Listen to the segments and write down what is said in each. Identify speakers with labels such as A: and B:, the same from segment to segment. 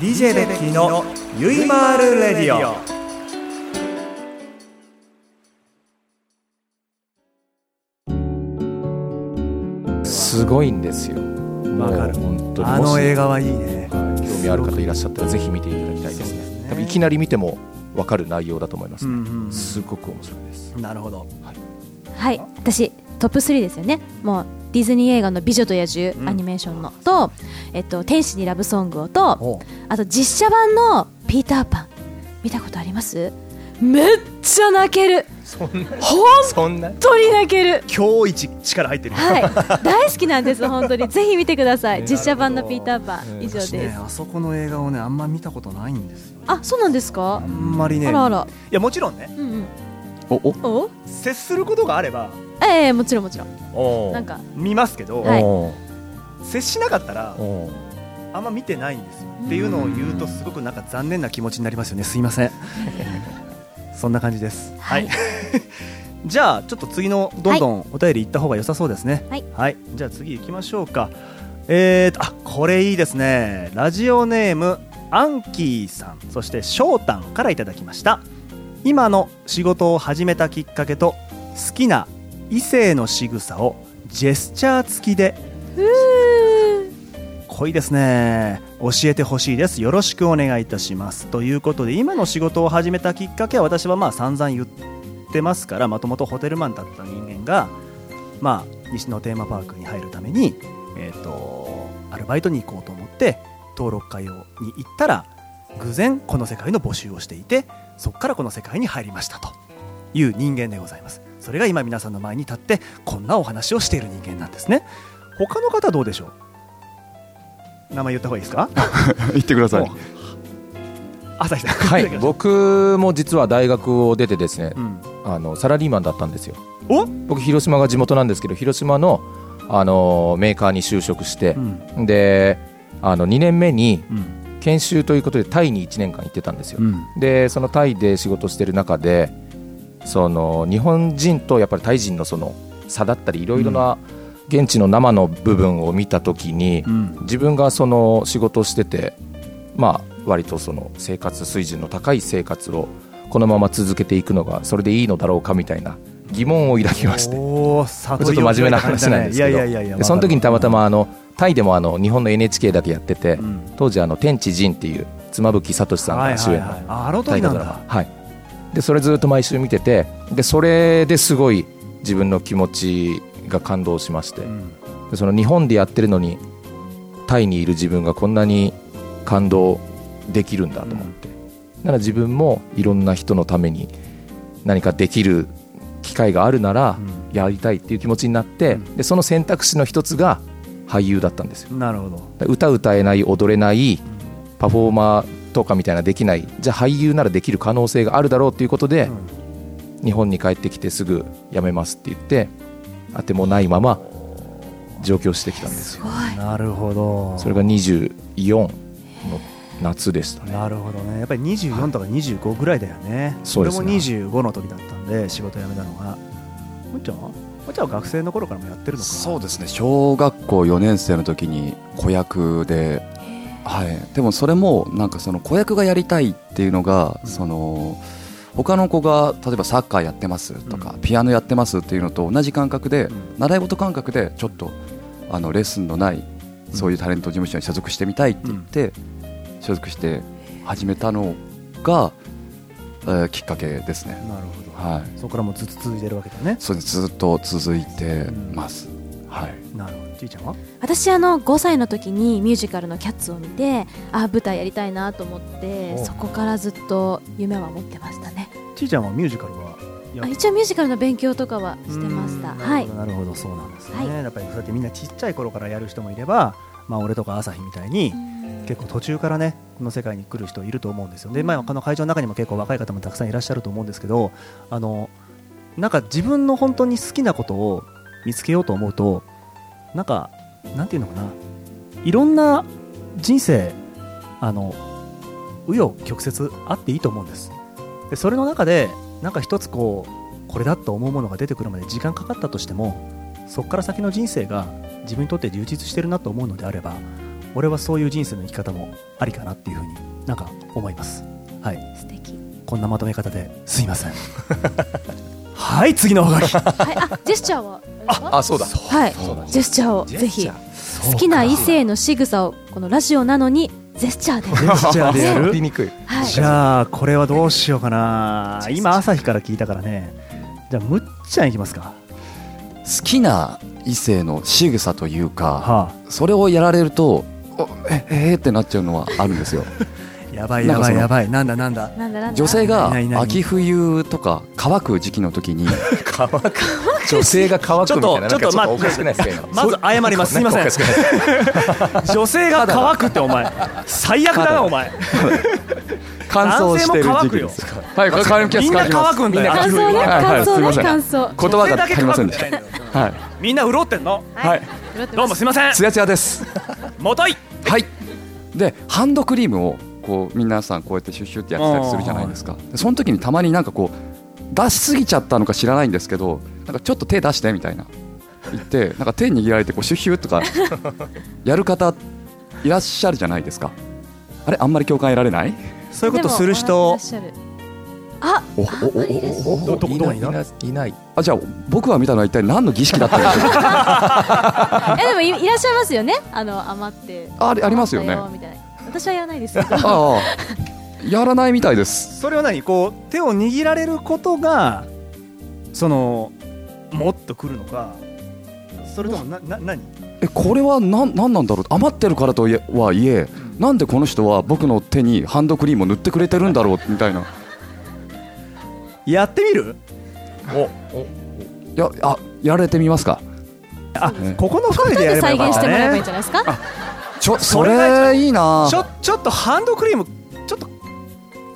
A: DJ ベッキーのゆいまーるレディオ
B: すごいんですよ。
A: わかる
B: もう本当に
A: あ
B: も
A: の
B: し
A: 映画はいいね
B: 興味ある方いらっしゃったらぜひ見ていただきたいです
A: そうですね
B: ね。多分いきなり見てもわかる内容だと思います
A: うん
B: ね。
A: うん
B: すごく面白いです。
A: なるほど
C: はい私トップ3ですよねもうディズニー映画の「美女と野獣」
A: うん
C: アニメーションのと、えっと「天使にラブソングを」と
A: お
C: あと実写版の「ピーターパン」見たことありますめっちゃ泣ける
B: そんな
C: 本
B: そんな
C: 当に泣ける
B: 今日一力入ってる。
C: はい、 大好きなんです、本当に、ぜひ見てください、
B: ね
C: 実写版のピーターパ
B: な
C: ン、以
B: るほど
C: 上
A: 私
C: で
A: ね
C: す。
A: あそこの映画をねあんま見たことないんですよ
C: あ、そうなんですか
A: あ。んまりね
C: あらあら、
D: いやもちろんね
C: うんうん、
B: おお
C: お、
D: 接することがあれば
C: ええ、もちろん、もちろん、
B: お
C: なんか、
D: 見ますけど、
C: はい
B: お
D: 接しなかったら
B: お
D: あんま見てないんですよっていうのを言うとすごくなんか残念な気持ちになりますよねすいませんそんな感じです
C: は
D: はいいじゃあちょっと次のどんどんお便り行った方が良さそうですね
C: はい
D: じゃあ次行きましょうかえーとあこれいいですねラジオネームアンキーさんそして翔太からいただきました今の仕事を始めたきっかけと好きな異性の仕草をジェスチャー付きで
C: うー
D: 濃いですね教えてほしいですよろしくお願いいたしますということで今の仕事を始めたきっかけは私はまあ散々言ってますからもともとホテルマンだった人間がまあ西のテーマパークに入るためにえっ、とアルバイトに行こうと思って登録会をに行ったら偶然この世界の募集をしていてそこからこの世界に入りましたという人間でございますそれが今皆さんの前に立ってこんなお話をしている人間なんですね他の方どうでしょう名前言った方がいいですか
E: 言ってください
D: もう朝日さん
B: はい、僕も実は大学を出てですね、
D: うん、
B: あのサラリーマンだったんですよ。
D: お
B: 僕広島が地元なんですけど広島のあのメーカーに就職して
D: う、ん
B: であの2年目に
D: うん
B: 研修ということでタイに1年間行ってたんですよ、
D: うん
B: でそのタイで仕事してる中でその日本人とやっぱりタイ人のその差だったりいろいろな現地の生の部分を見た時に
D: うん
B: 自分がその仕事をしててまあ割とその生活水準の高い生活をこのまま続けていくのがそれでいいのだろうかみたいな疑問を抱きまして
D: おおちょっ
B: ちょっと真面目な話なんですけど
D: いやいやいやいや
B: でその時にたまた
D: ま
B: まあのタイでもあの日本の NHK だけやってて、
D: ん
B: 当時あの天地人っていう妻夫木聡さん
D: はい
B: が主
D: はい
B: 演
D: は
B: の
D: いああの時
B: 大
D: な
B: 河
D: ん
B: ド
D: だ
B: ラマ、はい、でそれずっと毎週見ててでそれですごい自分の気持ちが感動しまして
D: うん
B: でその日本でやってるのにタイにいる自分がこんなに感動できるんだと思って、なら自分もいろんな人のために何かできる機会があるなら
D: うん
B: やりたいっていう気持ちになって、
D: うん
B: でその選択肢の一つが俳優だったんですよ
D: なるほど
B: だから歌歌えない踊れないパフォーマーとかみたいなできないじゃあ俳優ならできる可能性があるだろうということで、日本に帰ってきてすぐ辞めますって言って当てもないまま上京してきたんです
C: す
B: よ
C: ごい。
D: なるほど
B: それが24の夏でしたね
D: なるほどねやっぱり24とか25ぐらいだよね
B: そうですね
D: 俺も25の時だったんで仕事辞めたのがもっちゃんはもっちゃんは学生の頃からもやってるのか
E: そうですね小学校4年生の時に子役で、はい、でもそれもなんかその子役がやりたいっていうのが、その他の子が例えばサッカーやってますとか、
D: う
E: ピアノやってますっていうのと同じ感覚で、
D: うん
E: 習い事感覚でちょっとあのレッスンのないそういうタレント事務所に所属してみたいって言って、所属して始めたのが、えーきっかけですね。
D: なるほど、
E: はい
D: そこからもうずっと続いてるわけだよね
E: そうですずっと続いてます、はい
D: なるほどちいちゃんは
C: 私あの5歳の時にミュージカルの「キャッツ」を見てあ舞台やりたいなと思って
B: お
C: そこからずっと夢は持ってましたね
D: ちいちゃんはミュージカルはや
C: あ一応ミュージカルの勉強とかはしてまし
D: う
C: た
D: ん
C: はい
D: なるほどなるほどそうなんですね、
C: は
D: やっぱりそうやってみんなちっちゃい頃からやる人もいればまあ俺とか朝日みたいに結構途中からねこの世界に来る人いると思うんですよで、まあ、この会場の中にも結構若い方もたくさんいらっしゃると思うんですけどあのなんか自分の本当に好きなことを見つけようと思うとなんかなんていうのかないろんな人生あの紆余曲折あっていいと思うんですでそれの中でなんか一つこうこれだと思うものが出てくるまで時間かかったとしてもそこから先の人生が自分にとって充実してるなと思うのであれば俺はそういう人生の生き方もありかなっていうふうになんか思いますはい
C: 素敵
D: こんなまとめ方ですいませんはい次のおはがき
C: はいあジェスチャーは
B: あそうだ
C: はい
B: そうだ
C: ジェスチャーをぜひ好きな異性の仕草をこのラジオなのにジェスチャーで
D: ジェスチャーでや
B: や
D: る
B: りにくい
C: はい
D: じゃあこれはどうしようかな今朝日から聞いたからねじゃあむっちゃんいきますか
E: 好きな異性の仕草というか
D: は
E: それをやられるとおええーってなっちゃうのはある んですよ
D: あやばい
E: な
D: や
E: んか
D: ば
E: そ
D: い
E: の
D: やばいなんだなんだ
C: なんだなんだ
E: 女性が
D: 何々
E: 秋冬とか乾く時期の 時に
B: 女性が乾くみたいな
D: ち
B: な
D: ょっと
B: んかちょっとおかしくないですか今
D: まず謝りますすいません女性が乾くってお前最悪だなお前
E: 乾燥してる時期ですはいか乾きます
D: みんな乾くんだよ
C: 乾燥ね
E: はいはい
C: 乾
E: すいま
C: 燥
E: せ
C: ね
E: ん
C: 乾燥
E: 言葉が足りませんでし
D: 女性だけ乾くんじゃないんだよ
E: たはい
D: みんな潤ってんの
E: はい
D: どうもすいません
E: ツヤツヤです
D: もとい
E: はいでハンドクリームをこう皆さんこうやってシュッシュってやってたりするじゃないですかでその時にたまになんかこう出しすぎちゃったのか知らないんですけどなんかちょっと手出してみたいな 言ってなんか手握られてこうシュッシュッとかやる方いらっしゃるじゃないですかあれあんまり共感得られない
D: そういうことする人
E: おおおおお
D: どこどこ
B: い
D: に
B: ないいない
E: あじゃあ僕が見たのは一体何の儀式だったんでしょうか
C: えでもいいらっしゃいますよねあの余って
E: あありありますよ ね
C: 余ったみたいな私はやらな いですけど
E: ああやらないみたいです
D: それは何こう手を握られることがそのもっとくるのかそれともなな何
E: えこれは何何なんだろう余ってるからとはいえなんでこの人は僕の手にハンドクリームを塗ってくれてるんだろうみたいな
D: やってみる
E: やあやられてみますか
D: あ
E: ね
D: ここの2人でや
C: で
D: れば
C: 再
D: よか
C: 現
D: っ
C: したてもらえばいいん
D: ね
C: じゃないですか
E: ちょ
D: そ
E: そ
D: れが
E: れいいな
D: ちょちょっとハンドクリームちょっと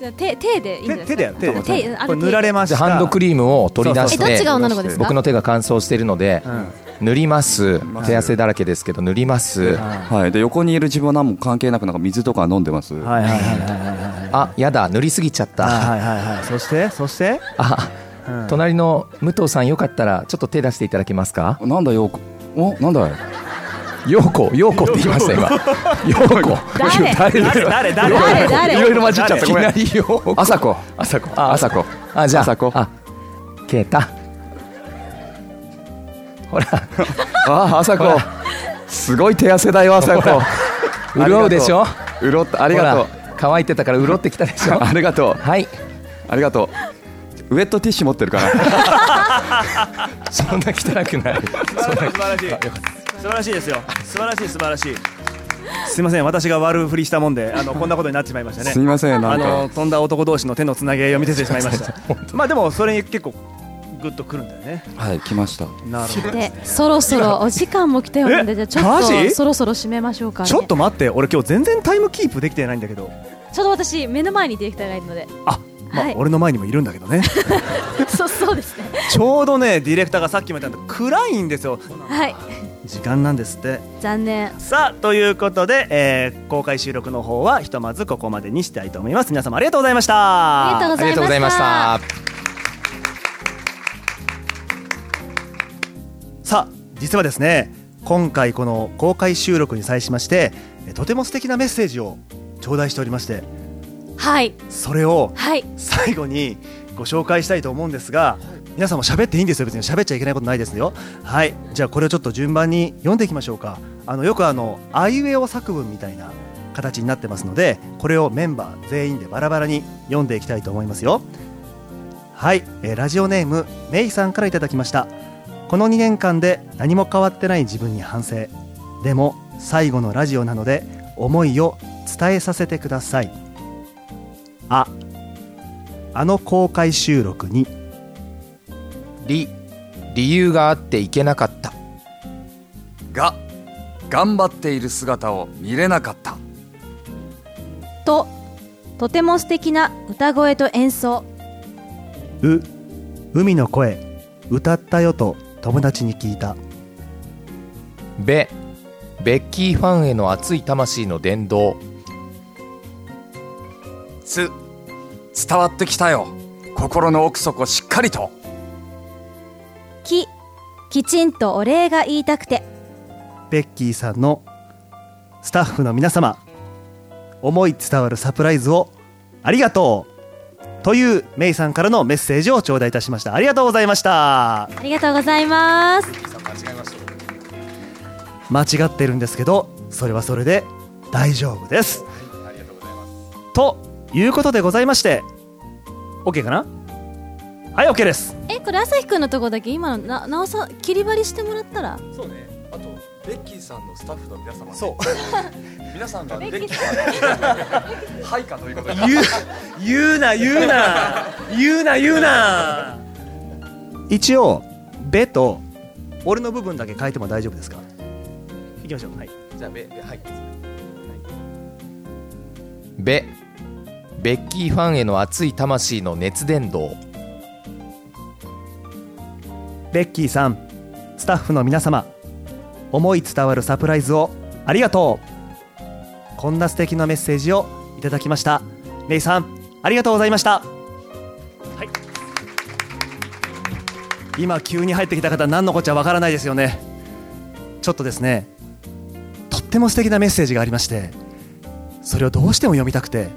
C: じゃあ手手でいいんじ
D: 手
C: ゃない
D: 手でや
C: で
D: る手でやる
C: 手あの
D: これ塗られまし
B: じ
D: た
B: ゃあハンドクリームを取り出
C: す
B: し
C: かえどっちが
B: て
C: 女の子ですか
B: 僕の手が乾燥しているので
D: うんうん
B: 塗ります
E: ます
B: 手汗だらけですけど塗ります
E: はいで横にいる自分は何も関係なくなんか水とか飲んでます
D: はいはいはいはいはいはい
B: あやだ塗りすぎちゃっ
D: は
B: た
D: いはいはいそしてそして、
B: あ
D: うん
B: 隣の武藤さんよかったらちょっと手出していただけます か
E: なんだよおなんだい
B: 陽子陽子って言いました今陽子誰
C: 誰
B: だよ
D: 誰誰誰
C: 誰誰
E: いろいろ混じっちゃっ
B: い
E: た
B: き
E: ごめん
B: なり陽子
E: あさこ
B: あさこ
E: あ
B: あ
E: さこ
B: あじゃあ
E: 朝子
B: あケータほら
E: ああさこすごい手汗だよあさこ
B: 潤うでしょ
E: 潤ったありがとう
B: ほら乾いてたから潤ってきたで しょ
E: ありがとう
B: はい
E: ありがとうウェットティッシュ持ってるから
B: そんな 汚くない
D: 素晴らしい素晴らしいですよ素晴らしい素晴らしいすいません私が悪ふりしたもんであのこんなことになってしまいましたね
E: すいません、な
D: あ
E: ん
D: の
E: か。
D: 飛んだ男同士の手のつなげ合いを見せてしまいましたまあでもそれに結構グッとくるんだよね
E: はい、来ました。
D: なるほ
C: でそろそろお時間も来たようなんで
D: え
C: じゃあちょっ
D: マ
C: と
D: ジ
C: そろそろ締めましょうかね
D: ちょっと待って俺今日全然タイムキープできてないんだけど
C: ちょうど私目の前にディレクターがいるので
D: あまあ、
C: はい
D: 俺の前にもいるんだけど ね
C: そうそうですね
D: ちょうどねディレクターがさっきも言ったんだけど暗いんですよ
C: はい
D: 時間なんですって
C: 残念
D: さあということで、えー公開収録の方はひとまずここまでにしたいと思います皆様ありがとうございました
C: ありがとうございました
B: ありがとうございました
D: さあ実はですね今回この公開収録に際しましてえとても素敵なメッセージを頂戴しておりまして
C: はい
D: それを
C: はい
D: 最後にご紹介したいと思うんですが皆さんも喋っていいんですよ別に喋っちゃいけないことないですよはいじゃあこれをちょっと順番に読んでいきましょうかあのよくあのあいうえお作文みたいな形になってますのでこれをメンバー全員でバラバラに読んでいきたいと思いますよはい、えーラジオネームメイさんからいただきましたこの2年間で何も変わってない自分に反省でも最後のラジオなので思いを伝えさせてくださいああの公開収録に
B: 理理由があっていけなかった
E: が、頑張っている姿を見れなかった。
C: ととても素敵な歌声と演奏
D: 「う」「海の声」「歌ったよ」と友達に聞いた
B: ベベッキーファンへの熱い魂の伝道
E: つ、伝わってきたよ。心の奥底しっかりと。
C: 「き」きちんとお礼が言いたくて
D: ベッキーさんのスタッフの皆様思い伝わるサプライズをありがとうというメイさんからのメッセージを頂戴いたしましたありがとうございました
C: ありがとうございます
D: 間違ってるんですけどそれはそれで大丈夫です、ということでございまして OK かなはい OK です
C: えこれ朝日くんのとこだけ今のな直さ切り張りしてもらったら
A: そうね
F: あとベッキーさんのスタッフの皆様、
A: そう
F: 皆さんがベ
C: ッ
F: ッ
C: キ
F: キ
C: ー
F: ーさんの配下ということで、
D: 言う言うな言うな言うな言うな一応「べ」と俺の部分だけ変えても大丈夫ですかいきましょうはい
F: じゃあベベはい、
B: ベベッキーファンへの熱い魂の熱伝導
D: ベッキーさんスタッフの皆様思い伝わるサプライズをありがとうこんな素敵なメッセージをいただきましたメイさんありがとうございました、はい、今急に入ってきた方何のこっちゃわからないですよねちょっとですねとっても素敵なメッセージがありましてそれをどうしても読みたくて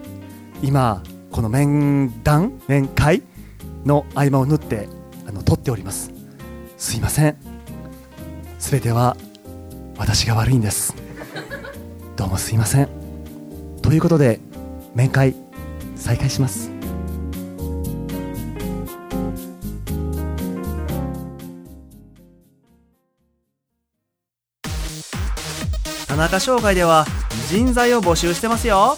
D: 今この面談面会の合間を縫ってあの撮っておりますすいませんすべては私が悪いんですどうもすいませんということで面会再開します田中商会では人材を募集してますよ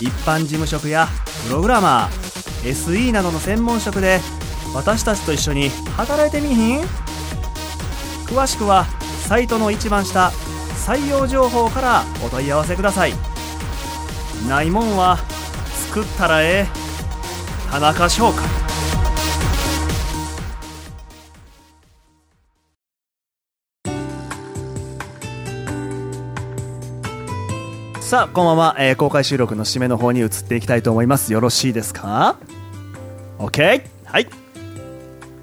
D: 一般事務職やプログラマー SE などの専門職で私たちと一緒に働いてみいひん詳しくはサイトの一番下採用情報からお問い合わせくださいないもんは作ったらええ田中商会さあこのまま、えー公開収録の締めの方に移っていきたいと思いますよろしいですか OK はい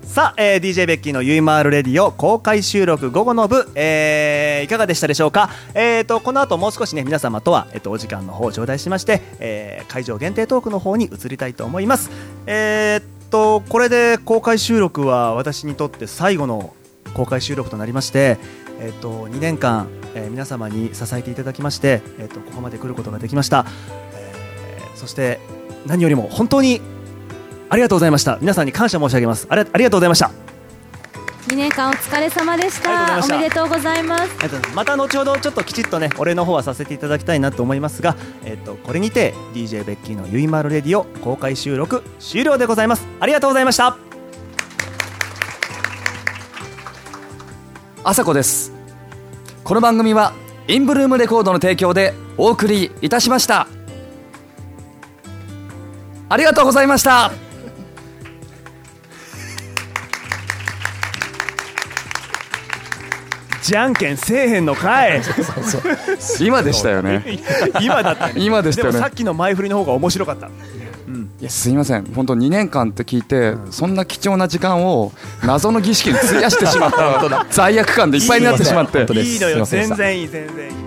D: さあ、えー DJ ベッキーのゆいまーるレディオ公開収録午後の部、えーいかがでしたでしょうか、えー、とこの後もう少しね皆様とは、えー、とお時間の方を頂戴しまして、えー会場限定トークの方に移りたいと思いますえー、とこれで公開収録は私にとって最後の公開収録となりまして、えー、と2年間、えー皆様に支えていただきまして、えー、とここまで来ることができました、えーそして何よりも本当にありがとうございました皆さんに感謝申し上げますありありがとうございました
C: 2年間お疲れ様でし
D: あ
C: た
D: りがとうございました
C: おめでとうございます
D: えっとまた後ほどちょっときちっとねお礼の方はさせていただきたいなと思いますが、えっと、これにて DJ ベッキーの「ゆいまるレディオ」公開収録終了でございますありがとうございました
E: 朝子ですこの番組はインブルームレコードの提供でお送りいたしましたありがとうございました
D: じゃんけんせえへんのか い
E: 今でしたよね
D: 今だったね
E: 今でし
D: で
E: たよ
D: もさ
E: ね
D: っきの前振りの方が面白かった
E: いやすいません本当2年間って聞いて、そんな貴重な時間を謎 の儀式に費やしてしまった罪悪感でいっぱいになってしまって
B: 本当です
D: いいのよ
B: すいませんで
D: 全
B: した
D: 然いい全然いい